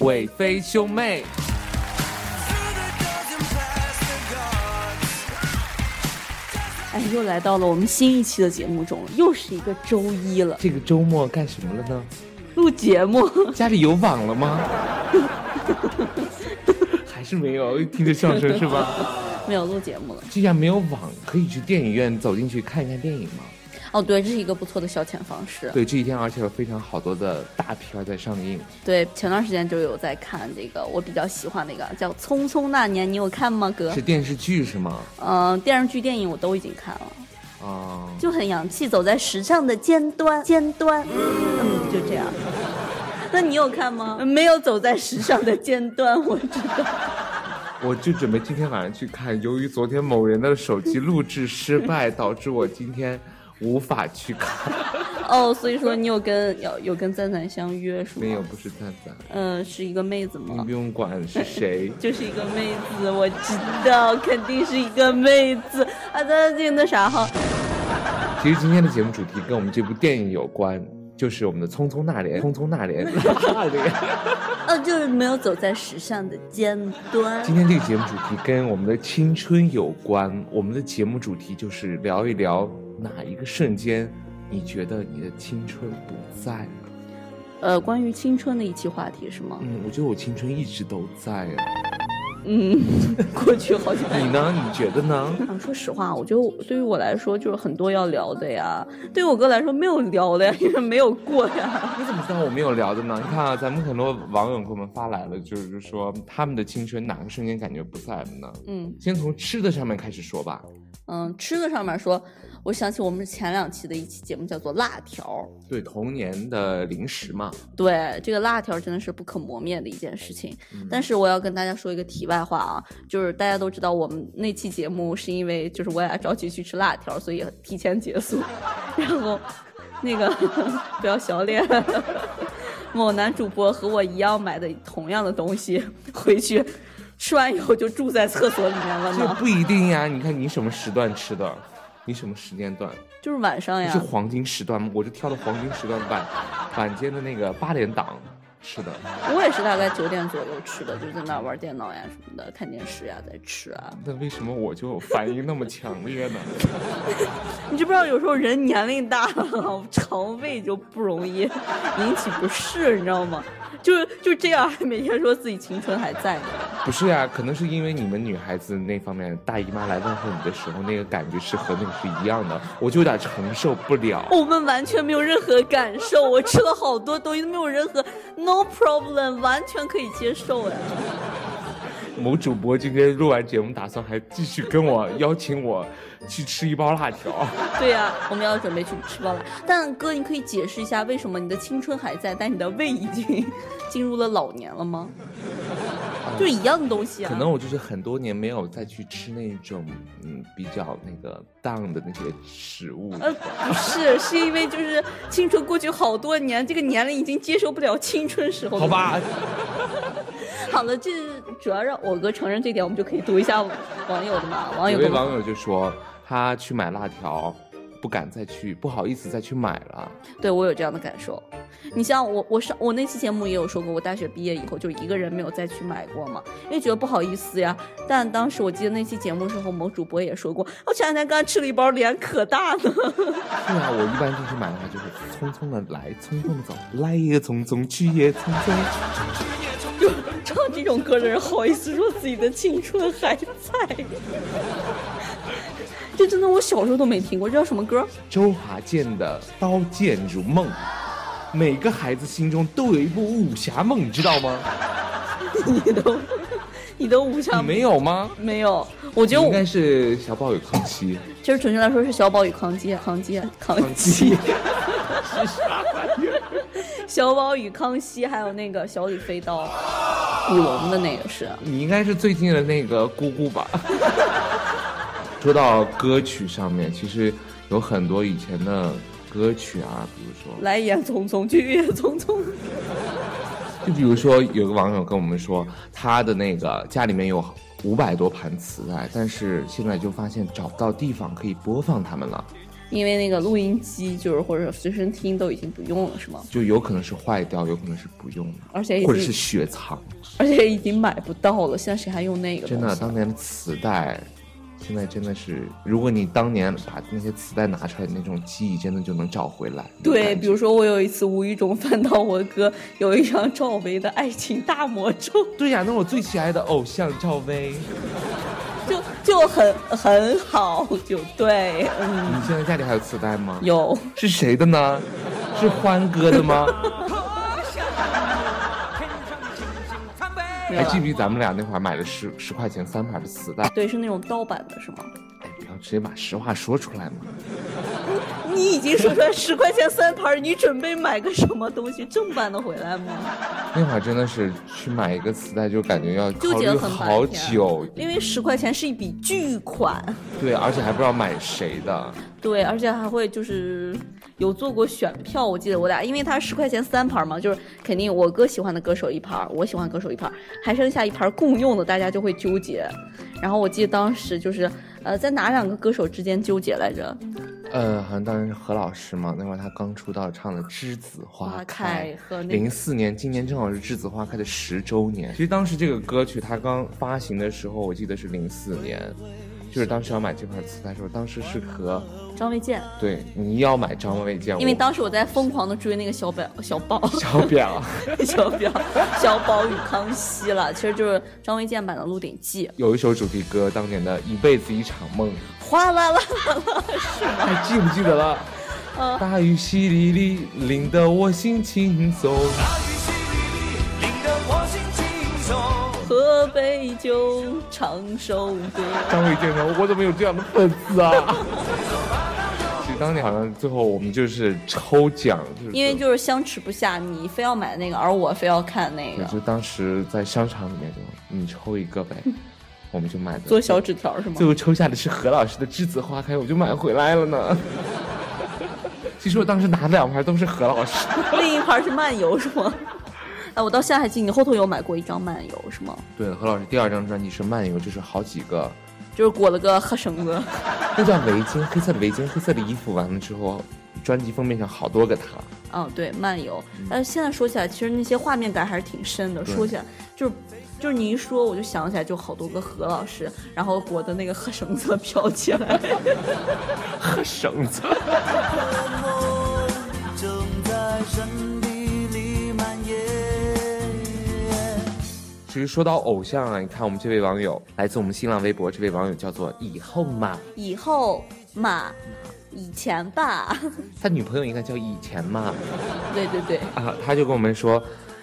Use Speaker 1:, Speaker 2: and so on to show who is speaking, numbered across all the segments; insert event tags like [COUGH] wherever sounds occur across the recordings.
Speaker 1: 伟飞兄妹。
Speaker 2: 哎，又来到了我们新一期的节目中了，又是一个周一了，
Speaker 1: 这个周末干什么了呢？
Speaker 2: 录节目。 [LAUGHS]
Speaker 1: 家里有网了 [LAUGHS] 吗？还是没有？听着笑声是 [LAUGHS] 吧？
Speaker 2: 没有录节目了。
Speaker 1: 既然没有网，可以去电影院走进去看一看电影吗？
Speaker 2: 哦，对，这是一个不错的消遣方式。
Speaker 1: 对，这几天而且有非常好多的大片儿在上映，
Speaker 2: 对，前段时间就有在看这个我比较喜欢的一个叫《匆匆那年》，你有看吗，哥
Speaker 1: 是？电视剧是吗？
Speaker 2: 嗯、电视剧、电影我都已经看了，
Speaker 1: 啊、
Speaker 2: 就很洋气，走在时尚的尖端，尖端，嗯，就这样。那你有看吗？呃没有走在时尚的尖端，我知道。
Speaker 1: 我就准备今天晚上去看。由于昨天某人的手机录制失 [LAUGHS] 败，导致我今天无法去看。
Speaker 2: [LAUGHS] 哦，所以说你有跟有有跟赞赞相约是吗？
Speaker 1: 没有，。不是赞赞，
Speaker 2: 嗯、是一个妹子
Speaker 1: 你
Speaker 2: 吗
Speaker 1: 不？用管是谁。
Speaker 2: 就是一个妹子，我知道，肯定是一个妹子。啊，咱这个那啥哈，
Speaker 1: 其实今天的节目主题跟我们这部电影有关，就是我们的《匆匆那年》。匆匆那年， [LAUGHS] 那年。
Speaker 2: 哦，就是没有走在时尚的尖端。
Speaker 1: 今天这个节目主题跟我们的青春有关，我们的节目主题就是聊一聊哪一个瞬间你觉得你的青春不在了。
Speaker 2: 呃，关于青春的一期话题是吗？ [LAUGHS]
Speaker 1: 嗯，我觉得我青春一直都在啊。
Speaker 2: 嗯，过去好像。
Speaker 1: 你呢？你觉得呢？
Speaker 2: 嗯说实话，我觉得我对于我来说，就是很多要聊的呀。对于我哥来说，没有聊的呀， [LAUGHS] 因为没有过呀。
Speaker 1: 你怎么知道我没有聊的呢？你看啊，咱们很多网友给我们发来了，就是说他们的青春哪个瞬间感觉不在了呢？
Speaker 2: 嗯
Speaker 1: 先从吃的上面开始说吧。
Speaker 2: 嗯，吃的上面说，我想起我们前两期的一期节目叫做辣条。
Speaker 1: 对，童年的零食嘛。
Speaker 2: 对，这个辣条真的是不可磨灭的一件事情。
Speaker 1: 嗯
Speaker 2: 但是我要跟大家说一个题外话啊，就是大家都知道我们那期节目是因为就是我俩着急去吃辣条，所以提前结束。然后那个 [LAUGHS] 不要小脸，某男主播和我一样买的同样的东西，回去吃完以后就住在厕所里面了
Speaker 1: 这
Speaker 2: 呢，
Speaker 1: 不一定呀，你看你什么时段吃的，你什么时间段？
Speaker 2: 就是晚上
Speaker 1: 不
Speaker 2: 呀
Speaker 1: 是。黄金时段吗？我就挑的黄金时段晚晚间的那个八点档吃的。
Speaker 2: 我也是大概九点左右吃的，就在那儿玩电脑呀什么的，看电视呀，在吃啊。
Speaker 1: 那为什么我就反应那么强烈呢？
Speaker 2: 你知不知道，有时候人年龄大了，肠胃就不容易引起不适，你知道吗？ [LAUGHS] 就是就这样，每天说自己青春还在呢。
Speaker 1: 不是呀，可能是因为你们女孩子那方面，大姨妈来问候你的时候，那个感觉是和那个是一样的，我就有点承受不了。
Speaker 2: 我们完全没有任何感受，我吃了好多东西都没有任何 [LAUGHS] no problem，完全可以接受呀。
Speaker 1: 某主播今天录完节目，打算还继续跟我邀请我去吃一包辣条。
Speaker 2: 对呀、我们要准备去吃包了。但哥，你可以解释一下，为什么你的青春还在，但你的胃已经进入了老年了吗？就是一样的东西啊。
Speaker 1: 呃可能我就是很多年没有再去吃那种嗯比较那个 down 的那些食物。
Speaker 2: 呃，不是，是因为就是青春过去好多年，这个年龄已经接受不了青春时候。
Speaker 1: 好，吧，
Speaker 2: 好了，这主要让我哥承认这点，我们就可以读一下网友的嘛。网友
Speaker 1: 有
Speaker 2: 给
Speaker 1: 位
Speaker 2: 我们
Speaker 1: 网友就说他去买辣条，不敢再去，不好意思再去买了。
Speaker 2: 对我有这样的感受。你像我，我上我那期节目也有说过，我大学毕业以后就一个人没有再去买过嘛，因为觉得不好意思呀。但当时我记得那期节目的时候，某主播也说过，我前两天刚吃了一包脸可大呢。
Speaker 1: 对啊，我一般就是买的话就是匆匆的来，匆匆的走，来也匆匆，去也匆匆。
Speaker 2: 唱这种歌的人好意思说自己的青春还在？这真的我小时候都没听过，这叫什么歌？
Speaker 1: 周华健的《刀剑如梦》，每个孩子心中都有一部武侠梦，你知道吗？
Speaker 2: 你都， [LAUGHS] 你都无
Speaker 1: 你
Speaker 2: 暇
Speaker 1: 没有吗？
Speaker 2: 没有，我觉
Speaker 1: 你应
Speaker 2: 得我
Speaker 1: 该是小宝与康熙，
Speaker 2: 其实准确来说是小宝与康熙，康熙，康熙， [LAUGHS] 小宝与康熙，还有那个小李飞刀，李龙的那个是。
Speaker 1: 你应该是最近的那个姑姑吧？ [LAUGHS] 说到歌曲上面，其实有很多以前的歌曲啊，比如说
Speaker 2: 来烟匆匆，去月匆匆。
Speaker 1: 就比如说，有个网友跟我们说，他的那个家里面有五百多盘磁带，但是现在就发现找不到地方可以播放它们了，
Speaker 2: 因为那个录音机就是或者随身听都已经不用了，是吗？
Speaker 1: 就有可能是坏掉，有可能是不用了，
Speaker 2: 而且已经
Speaker 1: 或者是雪藏。
Speaker 2: 而且已经买不到了，现在谁还用那个东
Speaker 1: 真
Speaker 2: 西？
Speaker 1: 的，啊当年的磁带，现在真的是，如果你当年把那些磁带拿出来，那种记忆真的就能找回来。
Speaker 2: 对，比如
Speaker 1: 说，
Speaker 2: 说我有一次无意中翻到我哥有一张赵薇的《爱情大魔咒》，
Speaker 1: 对呀、那我最喜爱的偶像赵薇，
Speaker 2: 就就很很好，就对，嗯，
Speaker 1: 你现在家里还有磁带吗？
Speaker 2: 有。
Speaker 1: 是谁的呢？是欢哥的
Speaker 2: [LAUGHS]
Speaker 1: 吗？
Speaker 2: 哎啊
Speaker 1: 还记不记得咱们俩那会儿买了十十块钱三盘的磁带？
Speaker 2: 对，是那种盗版的，是吗？
Speaker 1: 哎，不要直接把实话说出来嘛！
Speaker 2: 你已经说出来十块钱三盘儿，你准备买个什么东西正版的回来吗？
Speaker 1: 那会儿真的是去买一个磁带，就感觉要
Speaker 2: 纠
Speaker 1: 考
Speaker 2: 结
Speaker 1: 虑
Speaker 2: 了很半
Speaker 1: 好
Speaker 2: 天
Speaker 1: 久，
Speaker 2: 因为十块钱是一笔巨款，
Speaker 1: 对，而且还不知道买谁的。
Speaker 2: 对，而且还会就是有做过选票，我记得我俩，因为他十块钱三盘儿嘛，就是肯定我哥喜欢的歌手一盘儿，我喜欢歌手一盘儿，还剩下一盘儿共用的，大家就会纠结。然后我记得当时就是呃，在哪两个歌手之间纠结来着？
Speaker 1: 呃，好像当时是何老师嘛，那会儿他刚出道唱的《栀子花
Speaker 2: 花
Speaker 1: 开
Speaker 2: 开》，和那
Speaker 1: 零
Speaker 2: 个
Speaker 1: 四年，今年正好是《栀子花开》的十周年。其实当时这个歌曲它刚发行的时候，我记得是零四年，就是当时要买这盘磁带的时候，当时是和
Speaker 2: 张卫健，
Speaker 1: 对你要买张卫健，
Speaker 2: 因
Speaker 1: [LAUGHS]
Speaker 2: 为
Speaker 1: 我
Speaker 2: 当时我在疯狂的追那个小表小宝。
Speaker 1: 小表
Speaker 2: [LAUGHS] 小表小宝与康熙了，其实就是张卫健版的《鹿鼎记
Speaker 1: 有一首主题歌，当年的一辈子一场梦，》，
Speaker 2: 哗啦啦，
Speaker 1: 还记不记得
Speaker 2: [LAUGHS]
Speaker 1: 了？
Speaker 2: 嗯
Speaker 1: 大雨淅沥沥，淋得我心情走。
Speaker 2: 喝杯酒，唱首歌。
Speaker 1: 张卫健说：“我怎么有这样的粉丝啊？” [LAUGHS] 其实当年好像最后我们就是抽奖，就是
Speaker 2: 因为就是相持不下，你非要买那个，而我非要看那
Speaker 1: 对
Speaker 2: 个，
Speaker 1: 就当时在商场里面就你抽一个呗，
Speaker 2: 嗯
Speaker 1: 我们就
Speaker 2: [LAUGHS]
Speaker 1: 买的。
Speaker 2: 做小纸条是吗
Speaker 1: 最？后抽下的是何老师的《栀子花开》，我就买回来了呢。 [LAUGHS] 其实我当时拿的两盘都是何老师，
Speaker 2: [LAUGHS] 另一盘是漫游是吗？ [LAUGHS] 哎，我到现在还记得你后头有买过一张漫游是吗？
Speaker 1: 对，何老师第二张专辑是漫游，就是好几个，
Speaker 2: 就是裹了个黑
Speaker 1: [LAUGHS]
Speaker 2: 绳子，
Speaker 1: 那叫围巾，黑色的围巾，黑色的衣服，完了之后，专辑封面上好多个他。
Speaker 2: 嗯，对，漫游。但是现在说起来，其实那些画面感还是挺深的。
Speaker 1: 对
Speaker 2: 说起来，就是就是你一说，我就想起来，就好多个何老师，然后裹的那个黑绳子飘起来。
Speaker 1: [LAUGHS] 绳子。
Speaker 3: 正在身体里蔓延。
Speaker 1: 其实说到偶像啊，你看我们这位网友来自我们新浪微博，这位网友叫做以后嘛，
Speaker 2: 以后嘛，以前吧，
Speaker 1: 他女朋友应该叫以前嘛
Speaker 2: [LAUGHS] 对对对，
Speaker 1: 啊，他就跟我们说，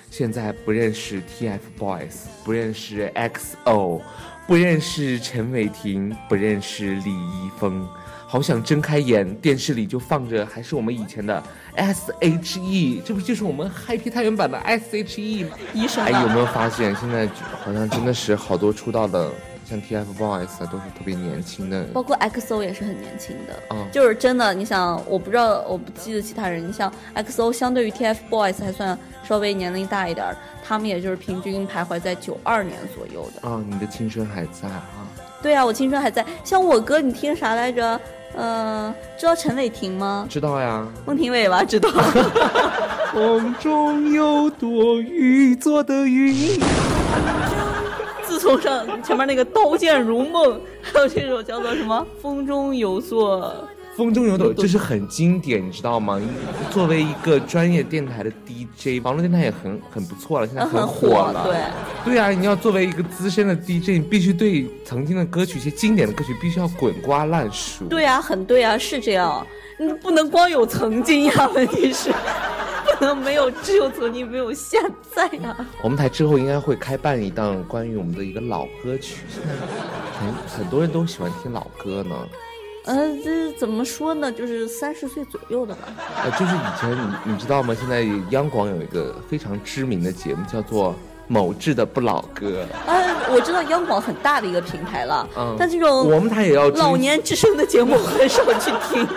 Speaker 1: 现在不认识 TFBOYS，不认识 XO，不认识陈伟霆，不认识李易峰，好想睁开眼，电视里就放着还是我们以前的 SHE，这不就是我们 Happy 太原版的 SHE 吗？
Speaker 2: 医生
Speaker 1: 哎，有
Speaker 2: 嘛，
Speaker 1: 没有发现现在好像真的是好多出道的，像 TFBOYS 啊，都是特别年轻的。
Speaker 2: 包括 XO 也是很年轻的。
Speaker 1: 嗯
Speaker 2: 就是真的，你想，我不知道，我不记得其他人。你像 XO，相对于 TFBOYS 还算稍微年龄大一点儿，他们也就是平均徘徊在九二年左右的。
Speaker 1: 啊、你的青春还在啊！
Speaker 2: 对啊，我青春还在。像我哥，你听啥来着？呃，知道陈伟霆吗？
Speaker 1: 知道呀，
Speaker 2: 孟庭苇吧，知道。
Speaker 1: 风中有朵雨做的云。
Speaker 2: 自从上前面那个《刀剑如梦》，还有这首叫做什么《风中有座
Speaker 1: 风中有朵，这是很经典，你知道吗？作为一个专业电台的 DJ，网络电台也很很不错了，现在
Speaker 2: 嗯很
Speaker 1: 火了。
Speaker 2: 对，
Speaker 1: 对啊，你要作为一个资深的 DJ，你必须对曾经的歌曲、一些经典的歌曲必须要滚瓜烂熟。
Speaker 2: 对呀、很对呀、是这样。你不能光有曾经呀、问题是 [LAUGHS] 不能没有只有曾经没有现在呀、
Speaker 1: 我们台之后应该会开办一档关于我们的一个老歌曲，很很多人都喜欢听老歌呢。
Speaker 2: 呃，这怎么说呢？就是三十岁左右的吧。
Speaker 1: 呃，就是以前你你知道吗？现在央广有一个非常知名的节目叫做《某志的不老歌 [LAUGHS]
Speaker 2: 呃，我知道央广很大的一个平台了，
Speaker 1: 嗯
Speaker 2: 但这》，种
Speaker 1: 我们台也要追
Speaker 2: 老年之声的节目我很少去听。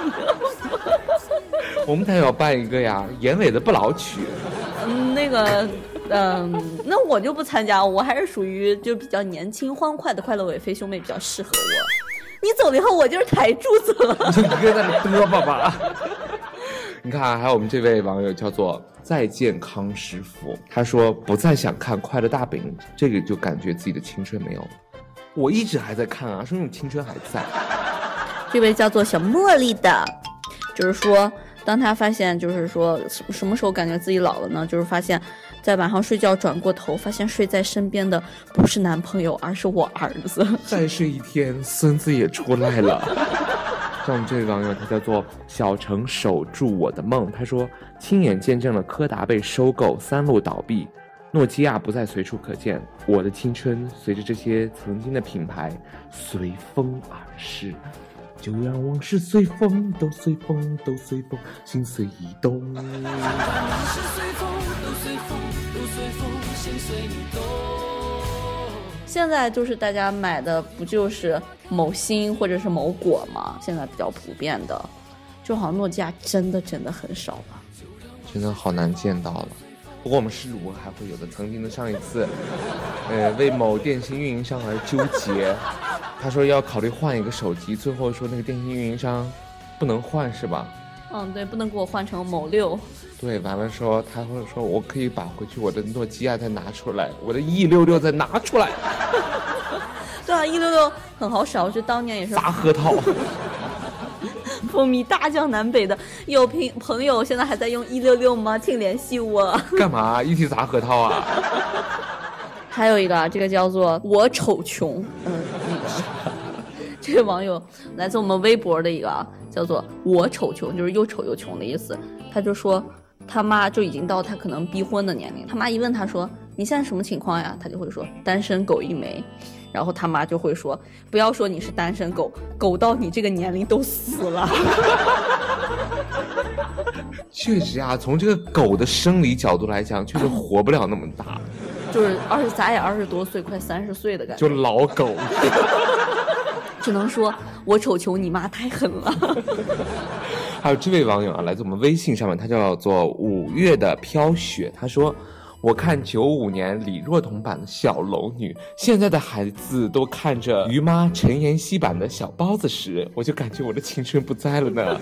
Speaker 1: 我们台也要办一个呀，严伟的不老曲。
Speaker 2: [LAUGHS]
Speaker 1: [LAUGHS]
Speaker 2: 嗯，那个，嗯、那我就不参加，我还是属于就比较年轻欢快的快乐伟飞兄妹比较适合我。你走了以后，我就是台柱子了。
Speaker 1: 你别在那嘚吧吧。 [LAUGHS] 你看啊，还有我们这位网友叫做再见康师傅，他说不再想看《快乐大本营》，这个就感觉自己的青春没有了。我一直还在看啊，说明我青春还在。
Speaker 2: 这位叫做小茉莉的，就是说，当他发现，就是说什什么时候感觉自己老了呢？就是发现，在晚上睡觉转过头，发现睡在身边的不是男朋友，而是我儿子。
Speaker 1: 再睡一天，孙子也出来了。 [LAUGHS] 像我们这位网友，他叫做小城守住我的梦，他说亲眼见证了柯达被收购，三鹿倒闭，诺基亚不再随处可见。我的青春随着这些曾经的品牌随风而逝，就让往事随风，都随风，都随风，心随意动。
Speaker 4: 往事随风，都随风，都随风，心随你动。
Speaker 2: 现在就是大家买的不就是某鑫或者是某果吗？现在比较普遍的，就好像诺基亚真的真的很少了。
Speaker 1: 真的好难见到了。不过我们是鲁还会有的。曾经的上一次，呃，为某电信运营商而纠结，他说要考虑换一个手机，最后说那个电信运营商不能换是吧？
Speaker 2: 嗯，对，不能给我换成某六。
Speaker 1: 对，完了说他会说我可以把回去我的诺基亚再拿出来，我的 E 六六再拿出来，
Speaker 2: 对啊，一六六很好少，就当年也是
Speaker 1: 砸核桃。 [LAUGHS]
Speaker 2: 风靡大江南北的。有朋朋友现在还在用一六六吗？请联系我。
Speaker 1: 干嘛一起砸核桃啊？
Speaker 2: [LAUGHS] 还有一个啊，这个叫做“我丑穷”，嗯， [LAUGHS] 那个这位网友来自我们微博的一个啊，叫做“我丑穷”，就是又丑又穷的意思。他就说他妈就已经到他可能逼婚的年龄，他妈一问他说：“你现在什么情况呀？”他就会说：“单身狗一枚。”然后他妈就会说：“不要说你是单身狗，狗到你这个年龄都死了。 [LAUGHS]
Speaker 1: 确实啊，从这个狗的生理角度来讲，确实活不了那么大，”
Speaker 2: 就是二十，咱也二十多岁，快三十岁的感觉
Speaker 1: 就，老狗。
Speaker 2: 只能说我丑穷，你妈太狠了。
Speaker 1: 还有这位网友啊，来自我们微信上面，他叫做五月的飘雪，他说。我看九五年李若彤版的小龙女，现在的孩子都看着于妈陈妍希版的小包子时，我就感觉我的青春不在了呢。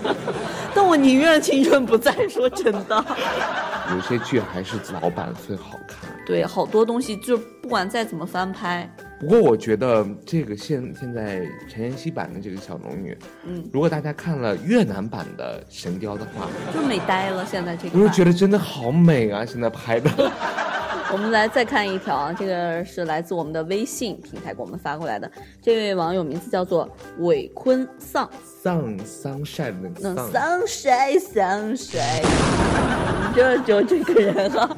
Speaker 2: 但我宁愿青春不再，说真的。
Speaker 1: 有些剧还是老版最好看。
Speaker 2: 对，好多东西就不管再怎么翻拍，
Speaker 1: 不过我觉得这个现现在陈妍希版的这个小龙女，
Speaker 2: 嗯，
Speaker 1: 如果大家看了越南版的《神雕》的话，
Speaker 2: 就美呆了。现在这个
Speaker 1: 我就觉
Speaker 2: 得，
Speaker 1: 得真的好美啊！现在拍的。
Speaker 2: 我们来再看一条啊，这个是来自我们的微信平台给我们发过来的，这位网友名字叫做韦坤丧，
Speaker 1: 丧丧晒的那
Speaker 2: 那
Speaker 1: 个丧，
Speaker 2: 丧衰丧衰， [LAUGHS] 就就这个人啊，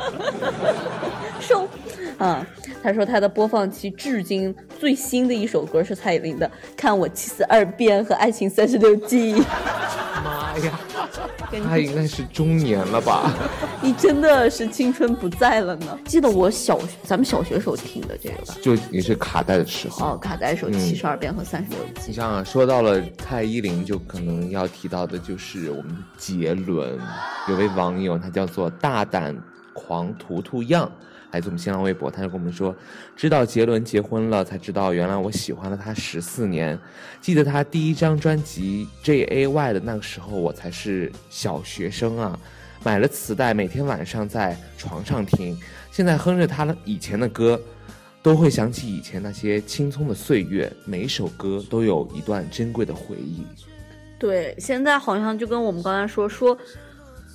Speaker 2: [LAUGHS] 收。啊，他说他的播放期至今最新的一首歌是蔡依林的《看我七十二变》和《爱情三十六计》。
Speaker 1: 妈哎呀，
Speaker 2: 跟你
Speaker 1: 他应该是中年了吧？
Speaker 2: 你真的是青春不在了呢。记得我小学，咱们小学时候听的这个吧？
Speaker 1: 就也是卡带的时候。
Speaker 2: 哦，卡带手
Speaker 1: 嗯
Speaker 2: 七十二变和三十六计。
Speaker 1: 你想想，说到了蔡依林，就可能要提到的就是我们杰伦。有位网友，他叫做大胆狂图图样，来自我们新浪微博，他就跟我们说，知道杰伦结婚了，才知道原来我喜欢了他十四年。记得他第一张专辑《J A Y》的那个时候，我才是小学生啊。买了磁带，每天晚上在床上听。现在哼着他的以前的歌，都会想起以前那些青葱的岁月，每一首歌都有一段珍贵的回忆。
Speaker 2: 对，现在好像就跟我们刚才说说，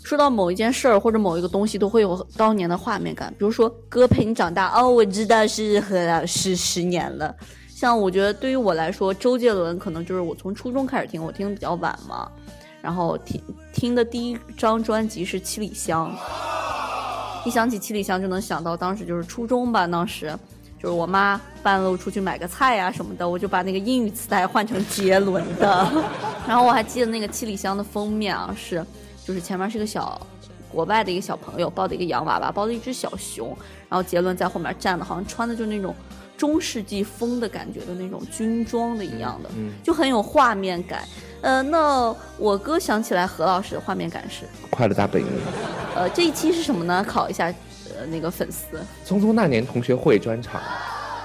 Speaker 2: 说到某一件事儿或者某一个东西，都会有当年的画面感。比如说《哥陪你长大》，哦，我知道是何老师十年了。像我觉得对于我来说，周杰伦可能就是我从初中开始听，我听的比较晚嘛，然后听听的第一张专辑是《七里香》，一想起《七里香》就能想到当时就是初中吧，当时。就是我妈半路出去买个菜呀、什么的，我就把那个英语磁带换成杰伦的。 [LAUGHS] 然后我还记得那个七里香的封面啊，是就是前面是个小国外的一个小朋友抱着一个洋娃娃，抱着一只小熊，然后杰伦在后面站的，好像穿的就是那种中世纪风的感觉的那种军装的一样的，就很有画面感。呃，那我哥想起来何老师的画面感是，
Speaker 1: 快乐大本营，
Speaker 2: 呃，这一期是什么呢？考一下呃那个粉丝。
Speaker 1: 《匆匆那年同学会》专场。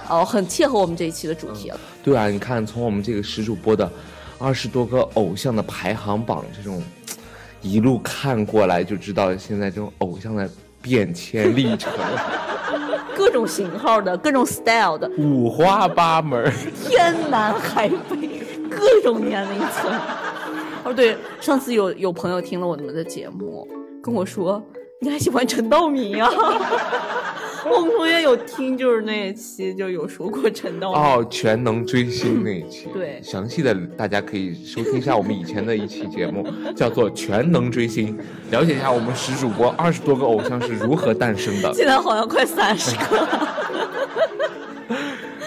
Speaker 2: 哦，很切合我们这一期的主题了。
Speaker 1: 对啊，你看，从我们这个石主播的二十多个偶像的排行榜，这种一路看过来，就知道现在这种偶像的变迁历程，
Speaker 2: 各种型号的，各种 style 的，
Speaker 1: [LAUGHS] 五花八门。
Speaker 2: 天南海北，各种年龄层。哦，对，上次有有朋友听了我们的节目，跟我说你还喜欢陈道明呀、 [LAUGHS] 我们同学有听，就是那一期就有说过陈道明。
Speaker 1: 哦，全能追星那一期，
Speaker 2: 对
Speaker 1: 详细的大家可以收听一下我们以前的一期节目， [LAUGHS] 叫做《全能追星》，了解一下我们石主播二十多个偶像是如何诞生
Speaker 2: [LAUGHS]
Speaker 1: 的。
Speaker 2: 现在好像快三十个了。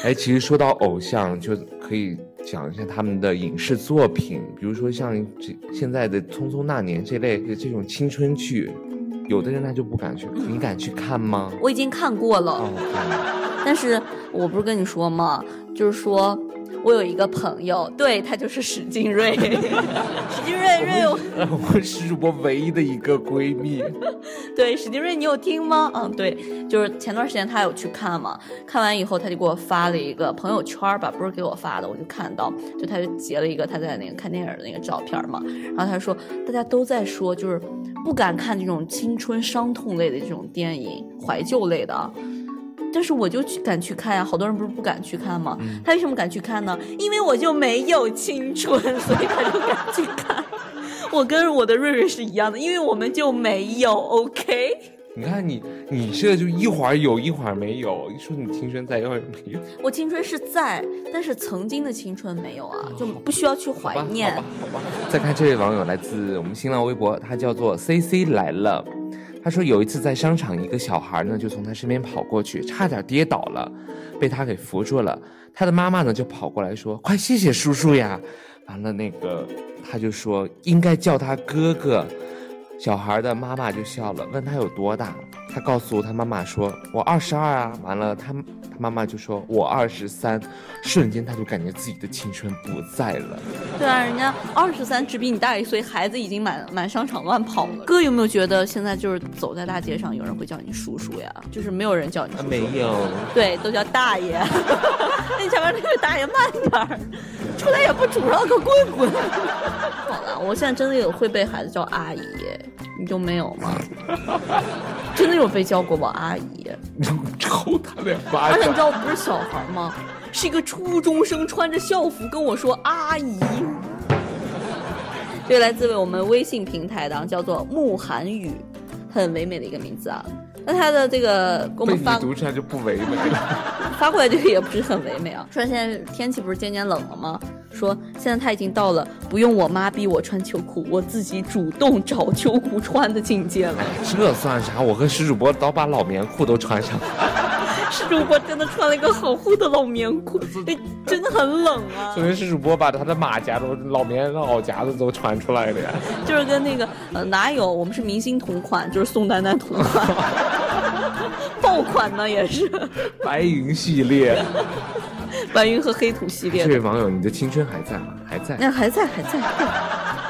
Speaker 1: 哎，其实说到偶像，就可以讲一下他们的影视作品，比如说像这现在的《匆匆那年》这类这种青春剧，有的人他就不敢去，你敢去看吗？
Speaker 2: [LAUGHS] 我已经看过了。
Speaker 1: 哦，看 [LAUGHS]
Speaker 2: 但是我不是跟你说吗？就是说我有一个朋友，对他就是史金瑞， [LAUGHS] 史金瑞瑞，我
Speaker 1: 了我们石主播唯一的一个闺蜜，
Speaker 2: [LAUGHS] 对史金瑞，你有听吗？嗯，对，就是前段时间他有去看嘛，看完以后他就给我发了一个朋友圈吧，不是给我发的，我就看到，就他就截了一个他在那个看电影的那个照片嘛，然后他说大家都在说就是不敢看这种青春伤痛类的这种电影，怀旧类的啊。但是我就去敢去看呀、好多人不是不敢去看吗？他为什么敢去看呢？因为我就没有青春， [LAUGHS] 所以他就敢去看。 [LAUGHS] 我跟我的瑞瑞是一样的，因为我们就没有 OK。
Speaker 1: 你看你你这就一会儿有一会儿没有，一说你青春在，一会儿没有，
Speaker 2: 我青春是在，但是曾经的青春没有啊，就不需要去怀
Speaker 1: 好吧
Speaker 2: 念
Speaker 1: 好。吧，好吧。再看这位网友来自我们新浪微博，他叫做 C C 来了。他说有一次在商场，一个小孩呢就从他身边跑过去，差点跌倒了，被他给扶住了。他的妈妈呢就跑过来说：“快谢谢叔叔呀！”完了，那个他就说应该叫他哥哥。小孩的妈妈就笑了，问他有多大。他告诉他妈妈说：“我二十二啊。”完了，他他妈妈就说：“我二十三。”瞬间他就感觉自己的青春不在了。
Speaker 2: 对啊，人家二十三只比你大一岁，孩子已经满满商场乱跑了。哥有没有觉得现在就是走在大街上，有人会叫你叔叔呀？就是没有人叫你叔叔。
Speaker 1: 有，
Speaker 2: 对，都叫大爷。 [LAUGHS] 那前面那个大爷慢点儿，出来也不杵上个棍棍。好了，我现在真的有会被孩子叫阿姨，你就没有 [LAUGHS] 吗？真的有被叫过我阿姨，
Speaker 1: 抽他两巴
Speaker 2: 而且你
Speaker 1: 掌。
Speaker 2: 知道我不是小孩吗？是一个初中生穿着校服跟我说阿姨。这个来自我们微信平台的，啊叫做慕寒雨，很唯美的一个名字啊。那他的这个给我
Speaker 1: 被
Speaker 2: 们
Speaker 1: 你
Speaker 2: 发
Speaker 1: 读出来就不唯美了。
Speaker 2: 发过来这个也不是很唯美啊。 [LAUGHS] 说现在天气不是渐渐冷了吗？说现在他已经到了不用我妈逼我穿秋裤，我自己主动找秋裤穿的境界 [LAUGHS] 了。
Speaker 1: 这算啥？我和石主播早把老棉裤都穿上了，
Speaker 2: 是主播真的穿了一个很厚的老棉 [LAUGHS] 裤，哎，真的很冷 [LAUGHS] 啊
Speaker 1: 昨，天石主播把他的马甲都、老棉袄夹子都穿出来了 [LAUGHS] 呀。
Speaker 2: 就是跟那个呃哪有我们是明星同款，就是宋丹丹同 [LAUGHS] 款，爆款呢也是 [LAUGHS]
Speaker 1: 白银系列。
Speaker 2: 白云和黑土系列
Speaker 1: 这
Speaker 2: 的。
Speaker 1: 位网友，你的青春还在吗？还在。
Speaker 2: 那还在，还在。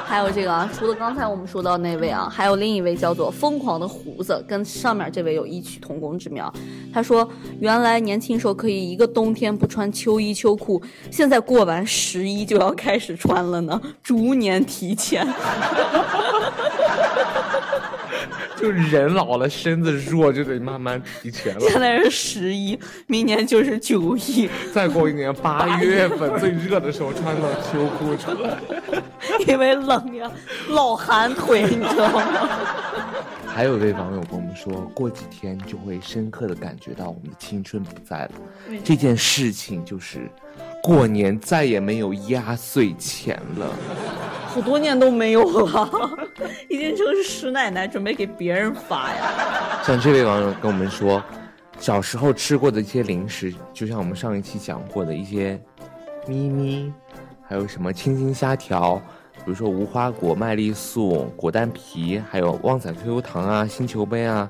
Speaker 2: 还有这个啊，除了刚才我们说到那位啊，还有另一位叫做“疯狂的胡子”，跟上面这位有异曲同工之妙。他说，原来年轻时候可以一个冬天不穿秋衣秋裤，现在过完十一就要开始穿了呢，逐年提前。
Speaker 1: 就人老了，身子弱，就得慢慢提前了。
Speaker 2: 现在是十一，明年就是九一，
Speaker 1: 再过一年八月份最热的时候，穿个秋裤出来。
Speaker 2: 因为冷呀，老寒腿，你知道吗？
Speaker 1: 还有一位网友跟我们说，过几天就会深刻的感觉到我们的青春不在了。这件事情就是，过年再也没有压岁钱了。
Speaker 2: 好多年都没有了，已经成石奶奶准备给别人发呀。
Speaker 1: 像这位网友跟我们说，小时候吃过的一些零食，就像我们上一期讲过的一些咪咪，还有什么清新虾条，比如说无花果、麦丽素、果丹皮，还有旺仔 QQ 糖啊、星球杯啊，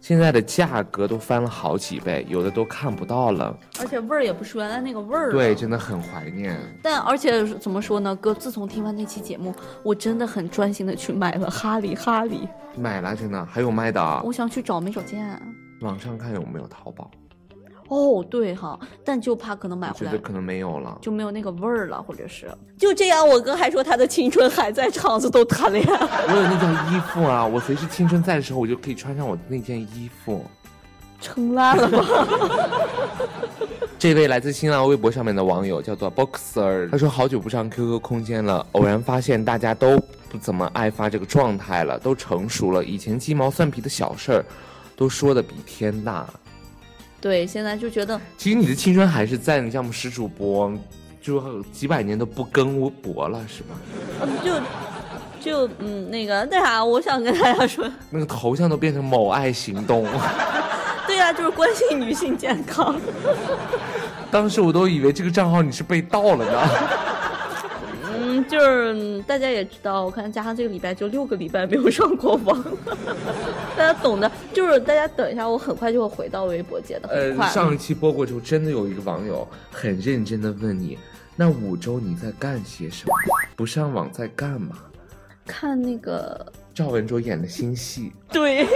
Speaker 1: 现在的价格都翻了好几倍，有的都看不到了。
Speaker 2: 而且味儿也不是原来那个味儿了。啊
Speaker 1: 对，真的很怀念。
Speaker 2: 但而且怎么说呢，哥，自从听完那期节目，我真的很专心的去买了哈利哈利，
Speaker 1: 买了真的，还有卖的啊，
Speaker 2: 我想去找没找见。
Speaker 1: 网上看有没有淘宝？
Speaker 2: 哦，对哈，但就怕可能买
Speaker 1: 我
Speaker 2: 回
Speaker 1: 觉
Speaker 2: 来
Speaker 1: 得可能没有了。
Speaker 2: 就没有那个味儿了，或者是就这样。我哥还说他的青春还在，厂子都谈恋爱， [LAUGHS]
Speaker 1: 我有那件衣服啊，我随时青春在的时候，我就可以穿上我的那件衣服。
Speaker 2: 撑烂了 [LAUGHS] 吧？
Speaker 1: 这位来自新浪微博上面的网友叫做 Boxer，他说好久不上 QQ 空间了，偶然发现大家都不怎么爱发这个状态了，都成熟了，以前鸡毛蒜皮的小事儿，都说的比天大。
Speaker 2: 对，现在就觉得
Speaker 1: 其实你的青春还是在，你像我们石主播，就几百年都不更微博了，是吧？
Speaker 2: 就就嗯那个那啥，我想跟大家说，
Speaker 1: 那个头像都变成某爱行动， [LAUGHS]
Speaker 2: 对呀、就是关心女性健康。
Speaker 1: 当时我都以为这个账号你是被盗了呢。
Speaker 2: 嗯，就是嗯大家也知道，我看加上这个礼拜就六个礼拜没有上过网， [LAUGHS] 大家懂的。就是大家等一下，我很快就会回到微博界的，
Speaker 1: 呃
Speaker 2: 很快。，
Speaker 1: 上一期播过之后，真的有一个网友很认真的问你，那五周你在干些什么？不上网在干嘛？
Speaker 2: 看那个，
Speaker 1: 赵文卓演的新戏，
Speaker 2: [LAUGHS] 对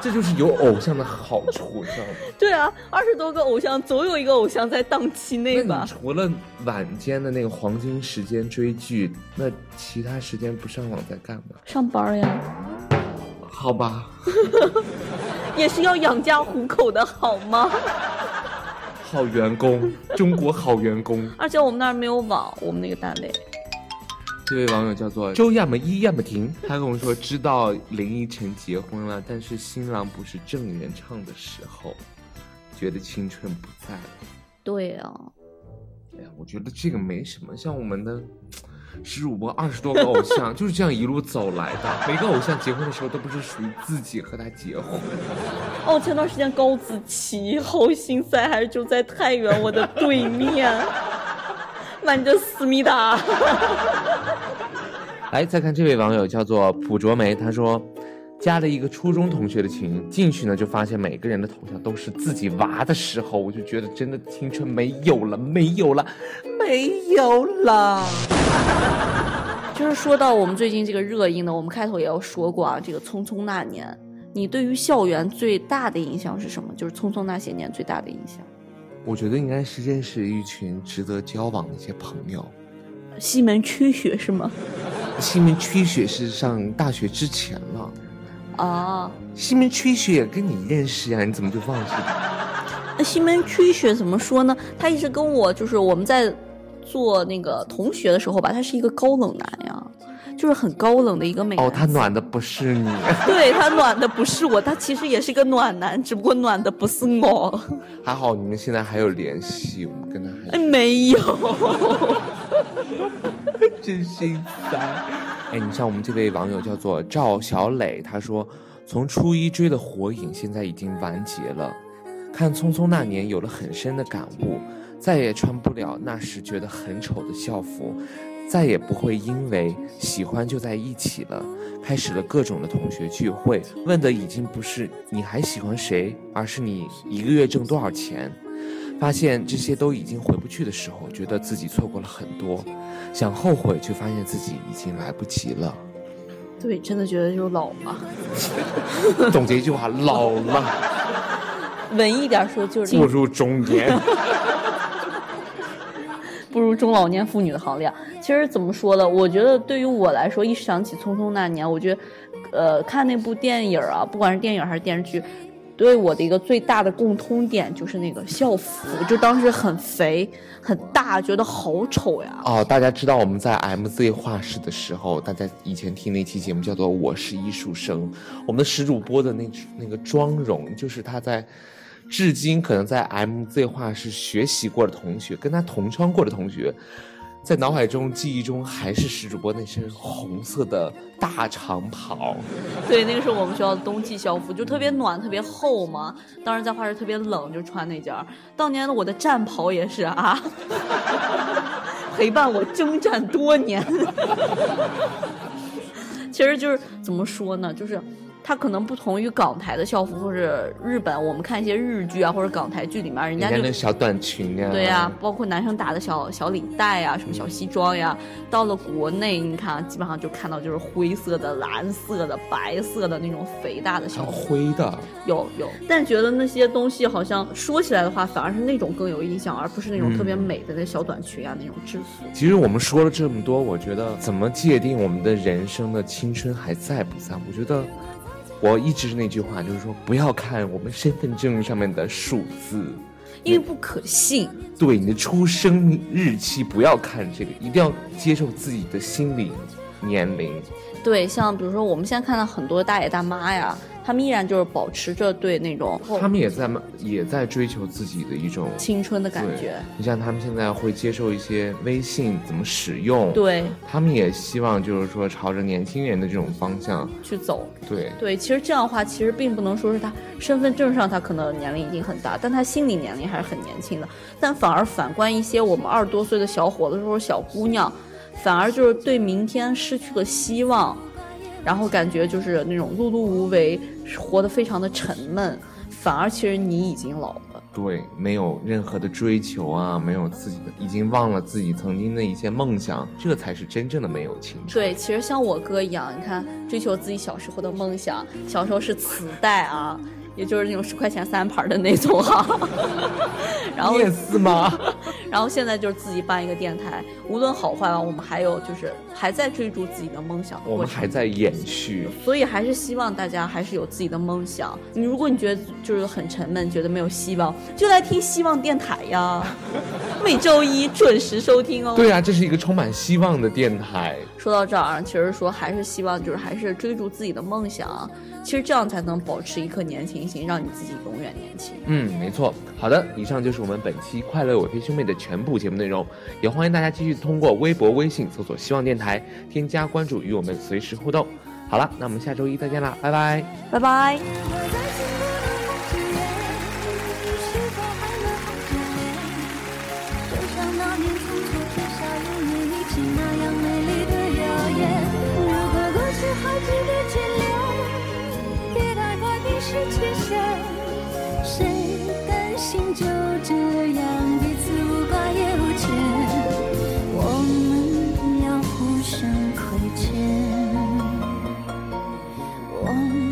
Speaker 1: 这就是有偶像的好处，知道吗？
Speaker 2: 对啊，二十多个偶像，总有一个偶像在档期内
Speaker 1: 那
Speaker 2: 吧
Speaker 1: 你？除了晚间的那个黄金时间追剧，那其他时间不上网在干嘛？
Speaker 2: 上班呀，
Speaker 1: 好吧，
Speaker 2: 也是要养家糊口的好吗？ [LAUGHS]
Speaker 1: 好员工，中国好员工。
Speaker 2: 而且我们那儿没有网，我们那个单位。
Speaker 1: 这位网友叫做周亚么一亚么婷，他跟我说知道林依晨结婚了，但是新郎不是郑元畅的时候，觉得青春不在了。
Speaker 2: 对啊，
Speaker 1: 哎呀，我觉得这个没什么，像我们的石主播二十多个偶像 [LAUGHS] 就是这样一路走来的，每个偶像结婚的时候都不是属于自己和他结婚，
Speaker 2: 哦，前段时间高子淇好心塞，还是就在太原我的对面， [LAUGHS] 满着思密达。
Speaker 1: 来，再看这位网友叫做朴卓梅，他说加了一个初中同学的群，进去呢就发现每个人的头像都是自己娃的时候，我就觉得真的青春没有了，没有了，没有了。
Speaker 2: 就是说到我们最近这个热映呢，我们开头也有说过啊，这个《匆匆那年》，你对于校园最大的印象是什么？就是《匆匆那些年》最大的印象。
Speaker 1: 我觉得应该是认识一群值得交往的一些朋友。
Speaker 2: 西门吹雪是吗？
Speaker 1: 西门吹雪是上大学之前了。
Speaker 2: 啊，
Speaker 1: 西门吹雪也跟你认识呀，你怎么就忘记了？
Speaker 2: 那西门吹雪怎么说呢？他一直跟我就是我们在做那个同学的时候吧，他是一个高冷男呀，就是很高冷的一个美男
Speaker 1: 哦，
Speaker 2: 子
Speaker 1: 他暖的不是你， [LAUGHS]
Speaker 2: 对他暖的不是我，他其实也是个暖男，只不过暖的不是我。
Speaker 1: 还好你们现在还有联系，我们跟他还
Speaker 2: 哎，没有，
Speaker 1: 真心塞。哎，你像我们这位网友叫做赵小磊，他说从初一追的《火影》，现在已经完结了，看《匆匆那年》有了很深的感悟，再也穿不了那时觉得很丑的校服，再也不会因为喜欢就在一起了。开始了各种的同学聚会，问的已经不是你还喜欢谁，而是你一个月挣多少钱。发现这些都已经回不去的时候，觉得自己错过了很多，想后悔，却发现自己已经来不及了。
Speaker 2: 对，真的觉得就老了。
Speaker 1: 总结一句话：老了， [LAUGHS]
Speaker 2: 文艺点说就是
Speaker 1: 步入中年。
Speaker 2: 不如中老年妇啊女的行列。其实怎么说呢？我觉得对于我来说，一想起《匆匆那年》，我觉得呃看那部电影啊，不管是电影还是电视剧，对我的一个最大的共通点就是那个校服，就当时很肥很大，觉得好丑呀。
Speaker 1: [LAUGHS] 哦，大家知道我们在 MZ 画室的时候，大家以前听那期节目叫做《我是艺术生》，我们的石主播的那那个妆容，就是他在至今可能在 MZ 画室学习过的同学，跟他同窗过的同学，在脑海中、记忆中还是石主播那身红色的大长袍。
Speaker 2: 对，那个是我们学校的冬季校服，就特别暖，特别厚嘛。当时在画室特别冷，就穿那件儿。当年我的战袍也是啊， [LAUGHS] 陪伴我征战多年。其实就是怎么说呢，就是它可能不同于港台的校服或者日本，我们看一些日剧啊或者港台剧里面，人
Speaker 1: 你
Speaker 2: 家
Speaker 1: 看
Speaker 2: 就
Speaker 1: 那小短裙呀、
Speaker 2: 对呀、包括男生打的小小领带呀、什么小西装呀，到了国内，你看啊基本上就看到就是灰色的、蓝色的、白色的那种肥大的
Speaker 1: 小
Speaker 2: 小伙
Speaker 1: 灰的，
Speaker 2: 有有，但觉得那些东西好像说起来的话，反而是那种更有印象，而不是那种特别美的那小短裙啊、那种制服。
Speaker 1: 其实我们说了这么多，我觉得怎么界定我们的人生的青春还在不在？我觉得我一直是那句话，就是说不要看我们身份证上面的数字，
Speaker 2: 因为不可信，
Speaker 1: 对你的出生日期不要看这个，一定要接受自己的心理年龄。
Speaker 2: 对，像比如说我们现在看到很多大爷大妈呀，他们依然就是保持着对那种
Speaker 1: 他们也在慢也在追求自己的一种
Speaker 2: 青春的感
Speaker 1: 对
Speaker 2: 觉。
Speaker 1: 你像他们现在会接受一些微信怎么使用，
Speaker 2: 对，
Speaker 1: 他们也希望就是说朝着年轻人的这种方向，
Speaker 2: 去走。
Speaker 1: 对。
Speaker 2: 对，其实这样的话，其实并不能说是他身份证上他可能年龄已经很大，但他心理年龄还是很年轻的。但反而反观一些我们二十多岁的小伙子或者小姑娘，反而就是对明天失去了希望，然后感觉就是那种碌碌无为，活得非常的沉闷。反而其实你已经老了，
Speaker 1: 对，没有任何的追求啊，没有自己的，已经忘了自己曾经的一些梦想，这才是真正的没有青春。
Speaker 2: 对，其实像我哥一样，你看追求自己小时候的梦想，小时候是磁带啊，也就是那种十块钱三盘儿的那种哈、 [LAUGHS] 然后
Speaker 1: 你也是
Speaker 2: [LAUGHS]
Speaker 1: 吗？
Speaker 2: 然后现在就是自己办一个电台，无论好坏吧，我们还有就是还在追逐自己的梦想的
Speaker 1: 我
Speaker 2: 过
Speaker 1: 们
Speaker 2: 程。
Speaker 1: 还在延续。
Speaker 2: 所以还是希望大家还是有自己的梦想。你如果你觉得就是很沉闷，觉得没有希望，就来听希望电台
Speaker 1: [LAUGHS]
Speaker 2: 呀，每周一准时收听哦。
Speaker 1: 对啊，这是一个充满希望的电台。
Speaker 2: 说到这儿，其实说还是希望就是还是追逐自己的梦想，其实这样才能保持一颗年轻心，让你自己永远年轻。
Speaker 1: 嗯，没错。好的，以上就是我们本期《快乐我配兄妹》的全部节目内容，也欢迎大家继续通过微博、微信搜索“希望电台”添加关注，与我们随时互动。好了，那我们下周一再见啦，拜拜。
Speaker 2: 拜拜。
Speaker 5: 我在幸福的红纸里，是否还能红着脸？就像那年匆匆写下与你一起那样美丽的谣言。如果过去还值得眷恋，别太快冰释前嫌。谁甘心就这样彼此无挂也无牵？我们要互相亏欠。我们